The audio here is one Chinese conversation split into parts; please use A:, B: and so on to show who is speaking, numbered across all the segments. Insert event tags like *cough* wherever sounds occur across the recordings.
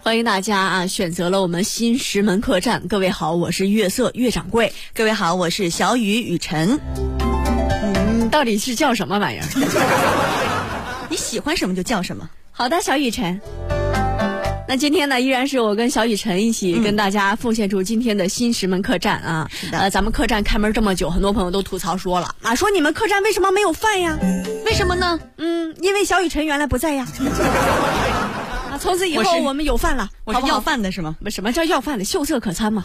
A: 欢迎大家啊，选择了我们新石门客栈。各位好，我是月色月掌柜。
B: 各位好，我是小雨雨晨。
A: 嗯，到底是叫什么玩意儿？
B: 你喜欢什么就叫什么。
A: 好的，小雨晨。那今天呢，依然是我跟小雨晨一起跟大家奉献出今天的新石门客栈啊。
B: 的
A: 呃，咱们客栈开门这么久，很多朋友都吐槽说了啊，说你们客栈为什么没有饭呀？为什么呢？嗯，因为小雨晨原来不在 *laughs* 呀。啊，从此以
B: 我
A: 后
B: 是
A: 我们有饭了，
B: 我
A: 好
B: 是
A: 不好
B: 要饭的是吗？
A: 不，什么叫要饭的？秀色可餐嘛。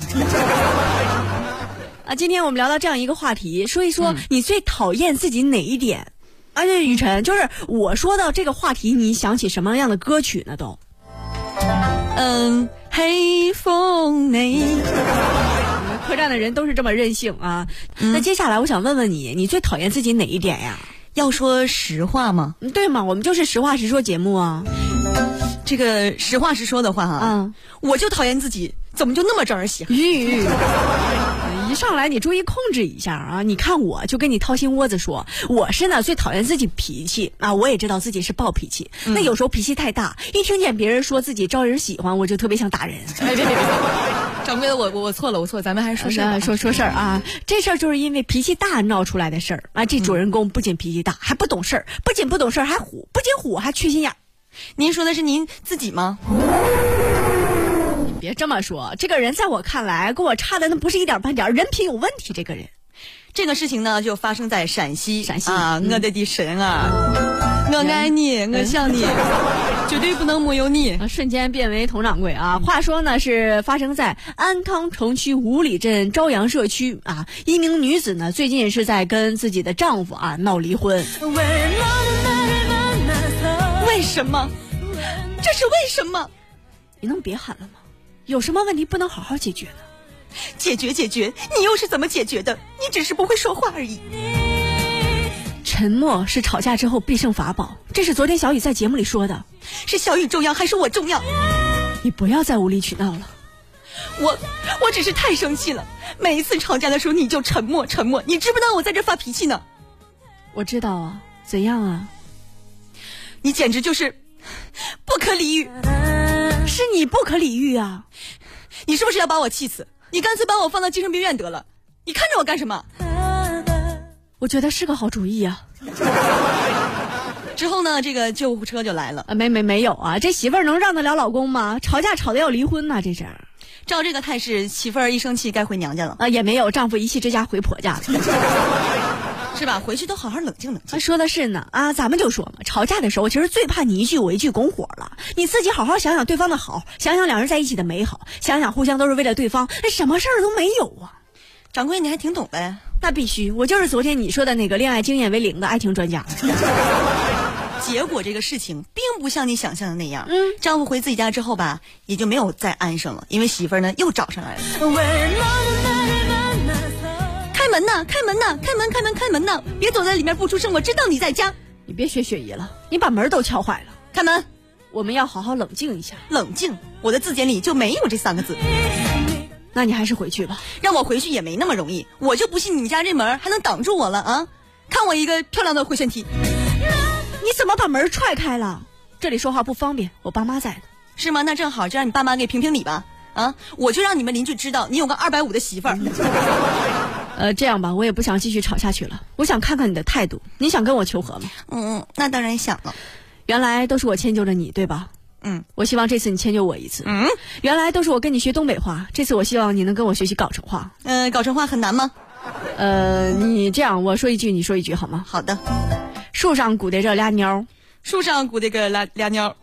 A: *laughs* 啊，今天我们聊到这样一个话题，说一说你最讨厌自己哪一点？而且雨辰，就是我说到这个话题，你想起什么样的歌曲呢？都
B: 嗯，黑风你
A: 客栈的人都是这么任性啊。那接下来我想问问你，你最讨厌自己哪一点呀？
B: 要说实话吗？
A: 嗯对嘛，我们就是实话实说节目啊。
B: 这个实话实说的话哈、
A: 嗯
B: 我就讨厌自己怎么就那么招人喜欢。
A: 咦， *laughs* 一上来你注意控制一下啊！你看我就跟你掏心窝子说，我是呢最讨厌自己脾气啊，我也知道自己是暴脾气，那有时候脾气太大，一听见别人说自己招人喜欢，我就特别想 *laughs* 打人。
B: 哎，别别别！掌柜的，我我我错了，我错了，咱们还是说事儿吧。
A: 啊说说事儿啊，这事儿就是因为脾气大闹出来的事儿啊。这主人公不仅脾气大，还不懂事儿，不仅不懂事儿，还虎，不仅虎还缺心眼儿。
B: 您说的是您自己吗？
A: 别这么说，这个人在我看来跟我差的那不是一点半点儿，人品有问题。这个人，
B: 这个事情呢，就发生在陕西。
A: 陕西
B: 啊，我的的神啊，我爱你，我想你，绝对不能没有你。
A: 啊，瞬间变为佟掌柜啊！话说呢，是发生在安康城区五里镇朝阳社区啊，一名女子呢，最近是在跟自己的丈夫啊闹离婚。
B: 为什么？这是为什么？
A: 你能别喊了吗？有什么问题不能好好解决呢？
B: 解决解决，你又是怎么解决的？你只是不会说话而已。
A: 沉默是吵架之后必胜法宝，这是昨天小雨在节目里说的。
B: 是小雨重要还是我重要？
A: 你不要再无理取闹了。
B: 我我只是太生气了。每一次吵架的时候你就沉默沉默，你知不知道我在这发脾气呢？
A: 我知道啊，怎样啊？
B: 你简直就是不可理喻！
A: 是你不可理喻啊！
B: 你是不是要把我气死？你干脆把我放到精神病院得了。你看着我干什么？
A: 我觉得是个好主意啊。
B: 之后呢，这个救护车就来了。
A: 啊，没没没有啊，这媳妇儿能让得了老公吗？吵架吵得要离婚呐、这是。
B: 照这个态势，媳妇儿一生气该回娘家了，
A: 啊，也没有丈夫一气之下回婆家了。 *laughs*
B: 是吧？回去都好好冷静冷静。
A: 啊说的是呢，啊，咱们就说嘛，吵架的时候其实最怕你一句我一句拱火了。你自己好好想想对方的好，想想两人在一起的美好，想想互相都是为了对方，那什么事儿都没有啊。
B: 掌柜，你还挺懂呗？
A: 那必须，我就是昨天你说的那个恋爱经验为零的爱情专家。
B: 结果这个事情并不像你想象的那样。丈夫回自己家之后吧，也就没有再安上了，因为媳妇儿呢又找上来了。开门呐，开门呐，开门，开门，开门呐！别躲在里面不出声，我知道你在家。
A: 你别学雪姨了，你把门都敲坏了。
B: 开门，
A: 我们要好好冷静一下。
B: 冷静。我的字典里就没有这三个字，
A: 那你还是回去吧。
B: 让我回去也没那么容易。我就不信你家这门还能挡住我了啊！看我一个漂亮的回旋踢，
A: 你怎么把门踹开了？这里说话不方便，我爸妈在呢。
B: 是吗？那正好就让你爸妈给评评理吧。啊，我就让你们邻居知道你有个二百五的媳妇儿。嗯
A: 呃，这样吧，我也不想继续吵下去了，我想看看你的态度。你想跟我求和吗？
B: 嗯，那当然想了。
A: 原来都是我迁就着你，对吧？
B: 嗯，
A: 我希望这次你迁就我一次。
B: 嗯，
A: 原来都是我跟你学东北话，这次我希望你能跟我学习藁城话。
B: 呃，搞成话很难吗？
A: 呃，你这样，我说一句，你说一句好吗？
B: 好的，
A: 树上鼓捣着俩鸟儿，
B: 树上鼓的个俩俩鸟，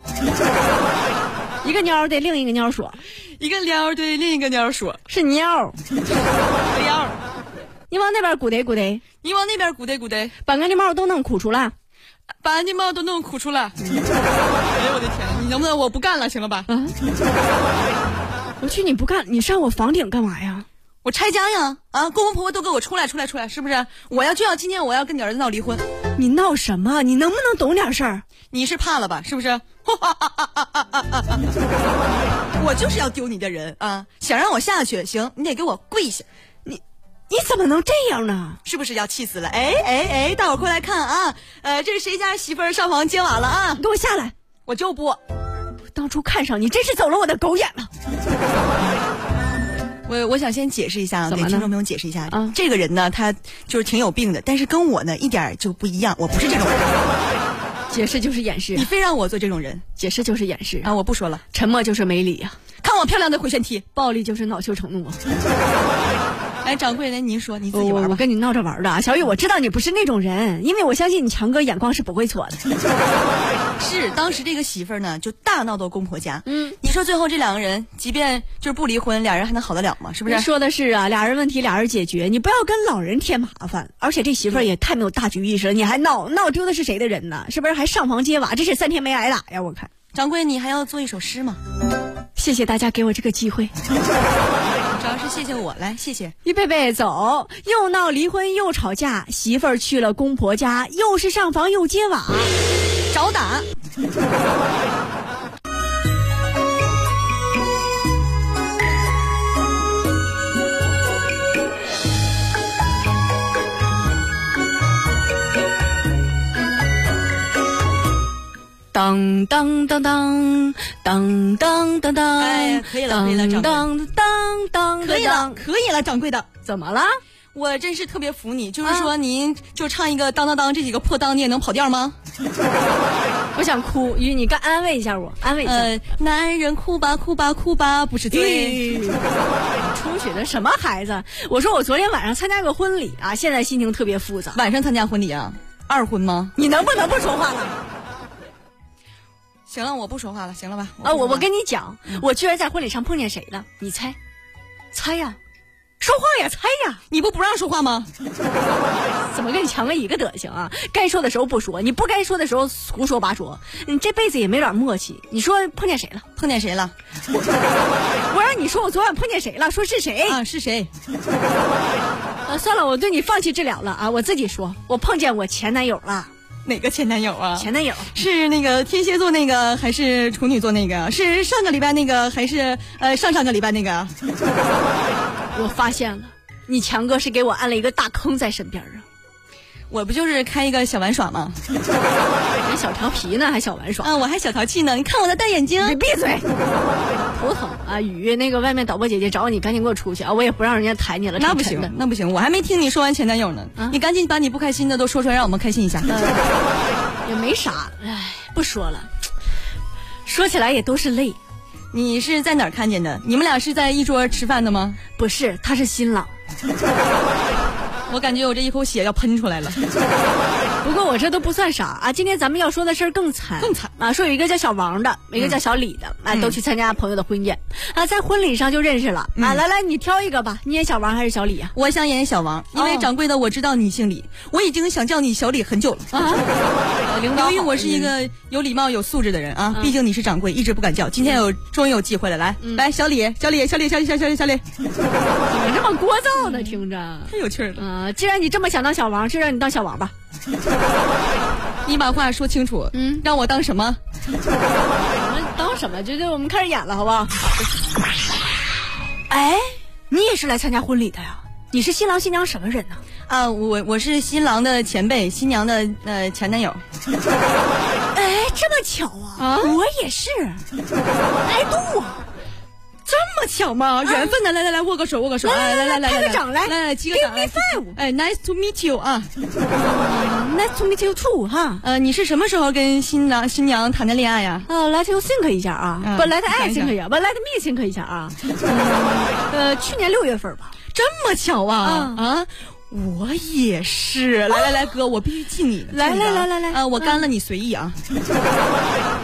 A: 一个鸟儿对另一个鸟儿说
B: 一个鸟对另一个鸟说
A: 是鸟儿，：“
B: 鸟，
A: 你往那边鼓捣鼓捣，
B: 你往那边鼓的鼓的，
A: 把俺的毛都弄哭出来。
B: 把俺的猫都弄哭出来。” *laughs* 哎呦我的天，你能不能我不干了，行了吧？
A: 我去，你不干，你上我房顶干嘛呀？
B: 我拆家呀！啊，公公婆婆都给我出来，出来，出来，是不是？我要就要今天我要跟你儿子闹离婚，
A: 你闹什么？你能不能懂点事儿？
B: 你是怕了吧？是不是？ *laughs* 我就是要丢你的人啊！想让我下去，行，你得给我跪下。
A: 你怎么能这样呢？
B: 是不是要气死了？哎哎哎，大伙儿快来看啊！呃，这是谁家媳妇儿上房揭瓦了啊？
A: 给我下来！
B: 我就不，
A: 当初看上你，真是走了我的狗眼了。
B: 我我想先解释一下，啊
A: 怎
B: 给
A: 么
B: 听
A: 呢
B: 众朋友解释一下，
A: 啊
B: 这个人呢，他就是挺有病的，但是跟我呢一点儿就不一样，我不是这种 *laughs* 人，
A: 解释就是掩饰
B: 你，非让我做这种人
A: 解释就是掩饰，
B: 啊！我不说了，
A: 沉默就是没理呀、
B: 看我漂亮的回旋踢。
A: 暴力就是恼羞成
B: *laughs*
A: 怒啊。
B: 哎，掌柜人，您说，你自己
A: 我
B: 玩
A: 我
B: 哦吧。
A: 跟你闹着玩儿的啊，小雨，我知道你不是那种人，因为我相信你强哥眼光是不会错的。
B: 是当时这个媳妇儿呢，就大闹到公婆家。
A: 嗯，
B: 你说最后这两个人，即便就是不离婚，俩人还能好得了吗？是不
A: 人
B: 是？
A: 说的是啊，俩人问题俩人解决，你不要跟老人添麻烦。而且这媳妇儿也太没有大局意识了，你还闹闹丢的是谁的人呢？是不是还上房揭瓦？这是三天没挨打呀！我看，
B: 掌柜，你还要做一首诗吗？
A: 谢谢大家给我这个机会。
B: 主要是谢谢我，来谢谢。
A: 一贝贝走，又闹离婚又吵架，媳妇儿去了公婆家，又是上房又揭瓦。
B: 找打。
C: 当当当当当当当当，
B: 哎呀可以了可以了掌柜
C: 当当当，
B: 可以了，，可以了，掌柜的，
A: 怎么了？
B: 我真是特别服你。就是说，您就唱一个当当当这几个破当，你也能跑调吗？
A: 我想哭，雨，你该安慰一下我，安慰一下。
B: 呃，男人哭吧哭吧哭吧，不是罪。
A: 对，出去的什么孩子？我说我昨天晚上参加个婚礼啊，现在心情特别复杂。
B: 晚上参加婚礼啊？二婚吗？
A: 你能不能不说话了？
B: 行了，我不说话了，行了吧？
A: 啊，我我
B: 跟
A: 跟你讲，我居然在婚礼上碰见谁了？你猜，猜呀、说话呀，猜呀，
B: 你不不让说话吗？
A: 怎么跟你强哥一个德行啊？该说的时候不说，你不该说的时候胡说八说，你这辈子也没点默契。你说碰见谁了？
B: 碰见谁了？
A: 我让你说我昨晚碰见谁了，说是谁？
B: 啊，是谁？
A: 啊，算了，我对你放弃治疗了啊，我自己说，我碰见我前男友了，
B: 哪个前男友啊？
A: 前男友。
B: 是那个天蝎座那个，还是处女座那个？是上个礼拜那个，还是呃上上个礼拜那个？
A: 我发现了，你强哥是给我安了一个大坑在身边啊！
B: 我不就是开一个小玩耍吗？
A: 人小调皮呢，还小玩耍。
B: 啊，我还小淘气呢，你看我的大眼睛。
A: 你闭嘴！头疼啊，雨，那个外面导播姐姐找你，赶紧给我出去啊！我也不让人家抬你了，
B: 那
A: 沉
B: 不
A: 沉的
B: 行，那不行，我还没听你说完前男友呢。
A: 啊
B: 你赶紧把你不开心的都说出来，让我们开心一下。
A: 也没啥，唉，不说了。说起来也都是泪，
B: 你是在哪儿看见的？你们俩是在一桌吃饭的吗？
A: 不是，他是新郎。
B: 我感觉我这一口血要喷出来 *laughs* 了。
A: 不过我这都不算啥啊！今天咱们要说的事儿更惨，
B: 更惨嗯
A: 啊！说有一个叫小王的，一个叫小李的，啊，都去参加朋友的婚宴，啊，在婚礼上就认识了
B: 嗯
A: 啊！来来，你挑一个吧，你演小王还是小李啊呀、
B: 我想演小王，因为
A: 哦
B: 掌柜的我知道你姓李，我已经想叫你小李很久了。
A: 啊？
B: *laughs*
A: *laughs*
B: 由于我是一个有礼貌、有素质的人啊，毕竟你是掌柜，一直不敢叫，今天有终于有机会了，来来，小李，小李，小李，小李，小小李，小李，
A: 怎么这么聒噪呢？听着，
B: 太有趣了！
A: 啊，既然你这么想当小王，就让你当小王吧。
B: 你把话说清楚，嗯，让我当什么？
A: 我们当什么？就就我们开始演了，好不好？ *laughs* 哎，你也是来参加婚礼的呀？你是新郎新娘什么人呢？
B: 啊，我我是新郎的前辈，新娘的呃前男友，
A: 哎，这么巧啊！
B: 啊
A: 我也是，排度啊！
B: 这么巧吗？缘分呢！来来来，握个手，握个手，哎
A: 来来来
B: 来来，
A: 拍个掌来
B: 来来击个掌
A: Give me
B: 来
A: five
B: 哎，Nice to meet you 啊，
A: Nice to meet you too，哈。
B: 呃，你是什么时候跟新郎新娘谈的恋爱呀？
A: 呃，Let you think 一下啊，
B: 嗯
A: 不，Let
B: 想
A: I
B: 一想
A: think 一下，不，Let me think 一下 *laughs* 啊。呃，去年六月份吧。
B: 这么巧啊啊！我也是，来来来，哥，我必须敬你。
A: 来
B: 敬你的啊
A: 来来来来
B: 啊，我干了，你随意啊。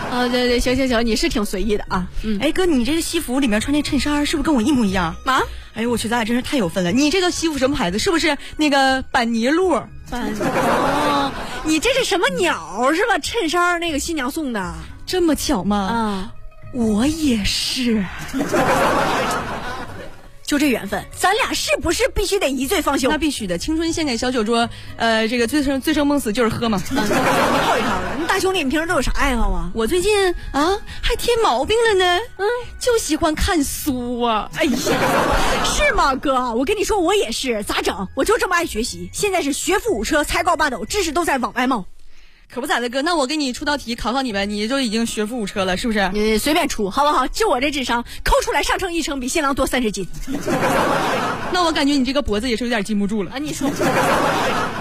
A: 啊，对对，行行行，你是挺随意的啊。嗯
B: 哎，哥，你这个西服里面穿这衬衫儿是不是跟我一模一样？
A: 啊，
B: 哎呦，我去，咱俩真是太有分了。你这个西服什么牌子？是不是那个板泥路？
A: 班 *laughs* 哦，你这是什么鸟是吧？衬衫儿那个新娘送的
B: 这么巧
A: 啊，
B: 吗？我也是。
A: 就这缘分，咱俩是不是必须得一醉方休？
B: 那必须的，青春献给小酒桌。呃，这个醉生醉生梦死就是喝嘛。
A: 套一套的。 *laughs* 那大兄弟，你平时都有啥爱好啊？
B: 我最近啊还添毛病了呢。嗯，就喜欢看书啊。
A: 哎呀，是吗，哥？我跟你说，我也是，咋整？我就这么爱学习，现在是学富五车，才高八斗，知识都在往外冒。
B: 可不咋的，哥，那我给你出道题考考你呗，你就已经学富五车了，是不是？
A: 你呃随便出好不好？就我这智商，抠出来上称一称，比新郎多三十斤
B: 那我感觉你这个脖子也是有点禁不住了。
A: 啊！你
B: *laughs*
A: 说，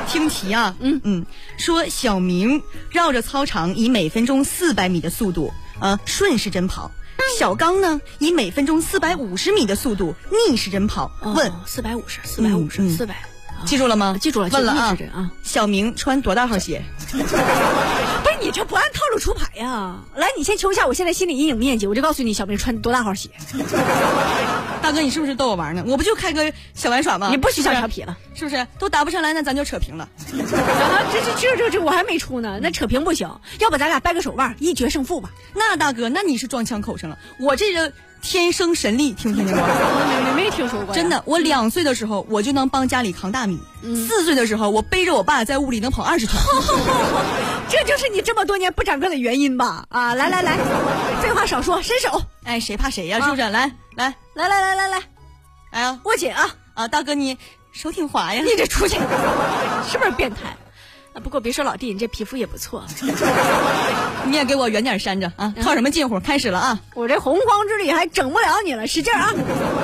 D: 听题啊，嗯嗯，说小明绕着操场以每分钟四百米的速度，呃，顺时针跑；
B: 嗯
D: 小刚呢，以每分钟四百五十米的速度逆时针跑。
B: 哦
D: 问，
A: 哦四百五十，四百五十，
D: 嗯
A: 四百，
B: 啊
D: 记住了吗？
A: 记住了，
D: 问了
A: 就
D: 啊
A: 逆时针啊！
D: 小明穿多大号鞋？
A: 不是你这不按套路出牌呀、来，你先求一下我现在心理阴影面积，我就告诉你小明穿多大号鞋，
B: 大哥，你是不是逗我玩呢？我不就开个小玩耍吗？
A: 你不许
B: 是
A: 小
B: 是
A: 调皮了。
B: 是不是？都答不上来，那咱就扯平了。
A: 啊，这这这这这我还没出呢，那扯平不行，要不咱俩掰个手腕，一决胜负吧。
B: 那大哥，那你是撞枪口上了。我这个天生神力，听听见过？ *laughs*
A: 没没没听说过
B: 真
A: 真的
B: 的，我两岁的时候我就能帮家里扛大米，四岁的时候我背着我爸在屋里能跑二十圈。
A: 这就是你这么多年不长个的原因吧？啊，来来来，废话少说，伸手，
B: *laughs* 哎，谁怕谁呀、是不是？来来
A: 来来来来来，
B: 来呀、
A: 握紧啊！
B: 啊，大哥你手挺滑呀
A: 你。这出去，是不是变态？啊，不过别说老弟，你这皮肤也不错。
B: 你也给我远点扇着啊！套什么近乎？开始了啊！
A: 我这洪荒之力还整不了你了，使劲儿啊！你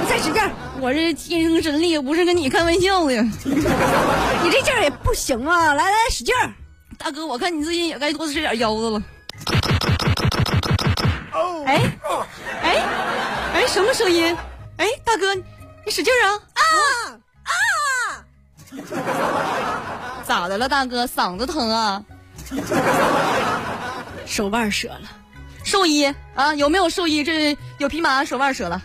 A: 再使劲儿，
B: 我这天生神力，不是跟你开玩笑的。
A: 你这劲儿也不行啊！来来来，使劲儿。
B: 大哥，我看你最近也该多吃点腰子了。哦
A: 哎，
B: 哎，哎，什么声音？哎，大哥，你使劲儿啊！啊啊！咋的了，大哥？嗓子疼啊？
A: 手腕折了，
B: 兽医啊，有没有兽医？这有匹马手腕折了。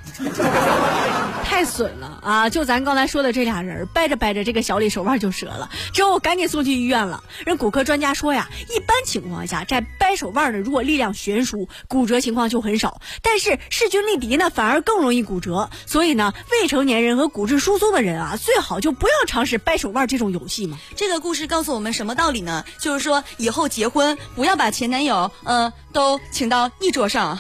A: 太损了啊！就咱刚才说的这俩人，掰着掰着，这个小李手腕就折了，之后赶紧送去医院了。人骨科专家说呀，一般情况下，在掰手腕的如果力量悬殊，骨折情况就很少；但是势均力敌呢，反而更容易骨折。所以呢，未成年人和骨质疏松的人啊，最好就不要尝试掰手腕这种游戏嘛。
B: 这个故事告诉我们什么道理呢？就是说以后结婚不要把前男友，呃，都请到一桌上，